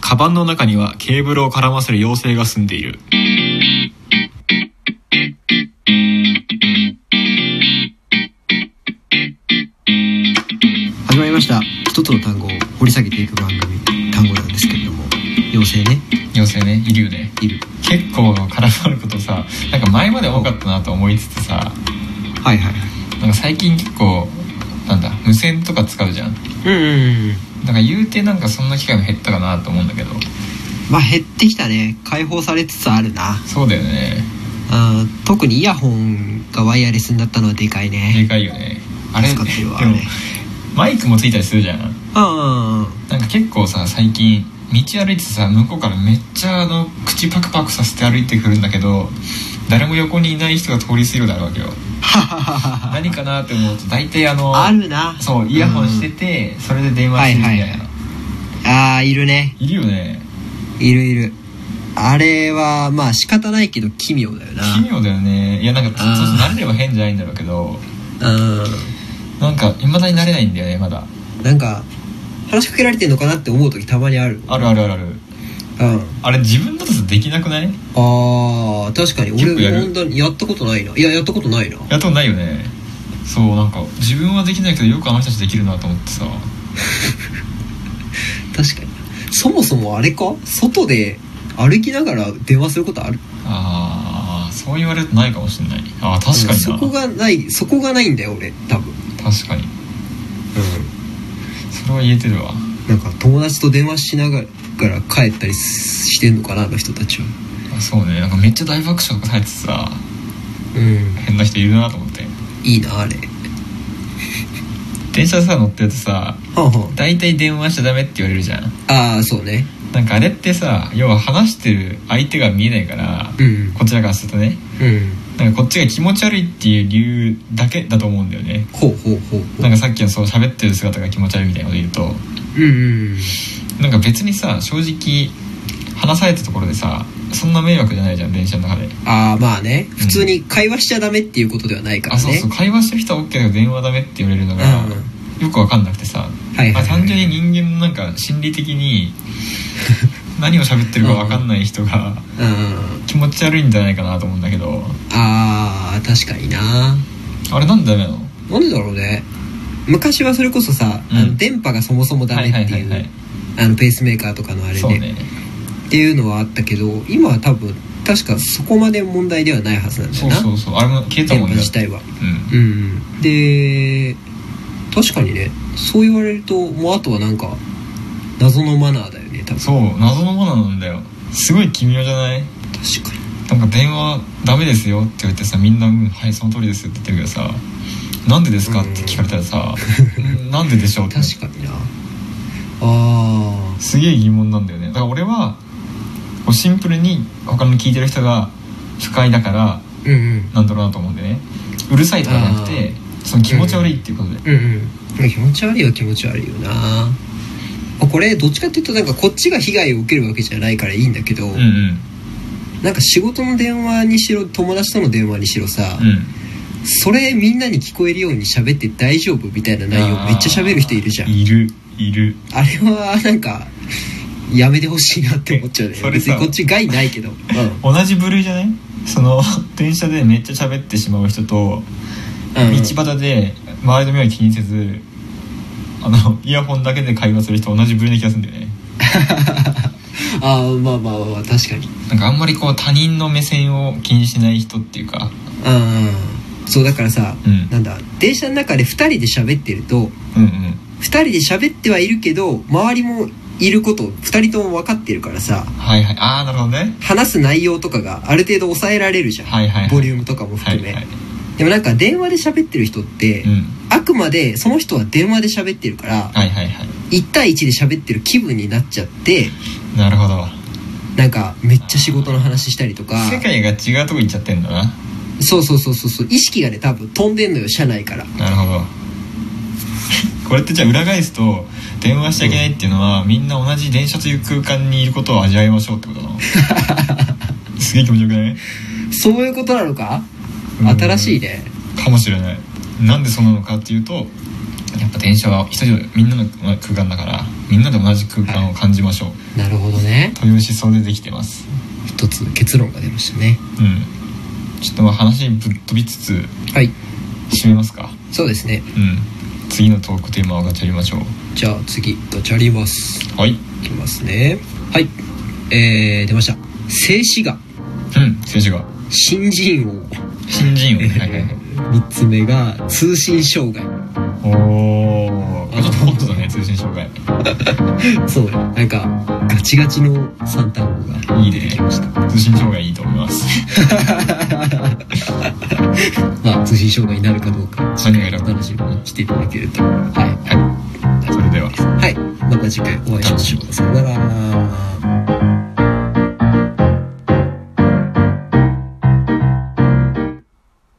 カバンの中にはケーブルを絡ませる妖精が住んでいる始まりました一つの単語を掘り下げていく番組単語なんですけれども妖精ね妖精ねいるよねいる結構絡まることさなんか前まで多かったなと思いつつさはいはいなんか最近結構なんだ無線とか使うじゃんうんうんなんか言うてなんかそんな機会も減ったかなと思うんだけどまあ減ってきたね解放されつつあるなそうだよねあー特にイヤホンがワイヤレスになったのはでかいでねかいよねあれ助かってるわでもあれマイクもついたりするじゃんうんうんうんなんか結構さ最近道歩いててさ向こうからめっちゃあの口パクパクさせて歩いてくるんだけど誰も横にいない人が通り過ぎるだろうわけよはははは何かなって思うと大体あのあるなそうイヤホンしてうんて、それで電話してるみたいな、はいはいああいるねいるよねいるいるあれはまあ仕方ないけど奇妙だよな奇妙だよねいやなんかちょあーっと慣れれば変じゃないんだろうけどうなんかいまだに慣れないんだよねまだんなんか話しかけられてんのかなって思う時たまにあるあるあるあるあるうんあれ自分だとさできなくないあー確かに結構や俺る本当にやったことないないややったことないなやったことないよねそうなんか自分はできないけどよくあの人たちできるなと思ってさ確かにそもそもあれか外で歩きながら電話することあるああそう言われるとないかもしれないああ確かになそこがないそこがないんだよ俺多分確かにそれは言えてるわなんか友達と電話しながら帰ったりしてんのかなあの人たちはあそうねなんかめっちゃ大爆笑とかされてさうん変な人いるなと思っていいなあれ電車さ乗ってるとさはあは大体電話しちゃダメって言われるじゃんああーそうねなんかあれってさ要は話してる相手が見えないから、うんこちらからするとねうんなんかこっちが気持ち悪いっていう理由だけだと思うんだよねほうほうほうほなうんかさっきのそう喋ってる姿が気持ち悪いみたいなこと言うとうんうんなんか別にさ正直話されたところでさそんな迷惑じゃないじゃん電車の中で、ああまあね普通に会話しちゃダメっていうことではないからあねそうそう会話してる人は OK だけど電話ダメって言われるのが、よくわかんなくてさ、はいはいはいまあ、単純に人間のなんか心理的 に何を喋ってるかわかんない人がうん気持ち悪いんじゃないかなと思うんだけどあー確かになあれなんでダメなのなんでだろうね昔はそれこそさ、うんあの電波がそもそもダメっていう、あのペースメーカーとかのあれそうで、ねっていうのはあったけど今は多分確かそこまで問題ではないはずなんだそようなそうそうあれも消えた電もん波ね自体はうんうんで確かにねそう言われるともうあとはなんか謎のマナーだよね多分そう謎のものなんだよすごい奇妙じゃない確かになんか電話ダメですよって言われてさみんな「うんはいその通りです」って言ってるけどさ「なんでですか?」って聞かれたら さ「うんなんででしょう?」って確かになあすげえ疑問なんだよねだから俺はこうシンプルに他の聞いてる人が不快だからーうんうんなんだろうなと思うんでねうるさいとかじゃなくてその気持ち悪いっていうことで、うんうん気持ち悪いは気持ち悪いよなあこれどっちかっていうとなんかこっちが被害を受けるわけじゃないからいいんだけど、うん、うんなんか仕事の電話にしろ友達との電話にしろさ、うんそれみんなに聞こえるように喋って大丈夫みたいな内容めっちゃ喋る人いるじゃんあいるいるれはなんかやめてほしいなって思っちゃうねそれ別さにこっち害ないけど、うん、同じ部類じゃないその 電車でめっちゃ喋ってしまう人とうん道端で周りの目を気にせずあのイヤホンだけで会話する人同じ部類な気がするんだよね ああまあまあまあまあ確かになんかあんまりこう他人の目線を気にしない人っていうかうんそうだからさ、うんなんだ電車の中で2人で喋ってるとうんうん2人で喋ってはいるけど周りもいること2人とも分かってるからさはいはいああなるほどね話す内容とかがある程度抑えられるじゃん、はいはいはいボリュームとかもは含いめ、はいでもなんか電話で喋ってる人って、うんあくまでその人は電話で喋ってるから、はいはいはい1対1で喋ってる気分になっちゃってなるほどなんかめっちゃ仕事の話したりとか世界が違うとこ行っちゃってんだなそうそうそうそうそう意識がね多分飛んでんのよ社内からなるほど これってじゃあ裏返すと電話しちゃいけないっていうのは、みんな同じ電車という空間にいることを味わいましょうってことな のすげえ気持ちよくないそういうことなのかうん新しいねかもしれないなんでそうなのかっていうとやっぱ電車は一人みんなの空間だからみんなで同じ空間を感じましょう、なるほどねそういう思想でできてます一つ結論が出ましたねうんちょっとまあ話ぶっ飛びつつはい締めますかそうですねうん次のトークテーマをガチャりましょうじゃあ次ガチャりますはいいきますねはいえー、出ました静止画うん静止画新人王新人王ねはいはいはい3つ目が通信障害おーちょっとホットだね通信障害そうなんかガチガチの3単語がいい出てねきました通信障害いいと思い ますまあ通信障害になるかどうか何が選ぶ楽しみにしていただけるとはいはいそれでははいまた次回お会いしましょうさよなら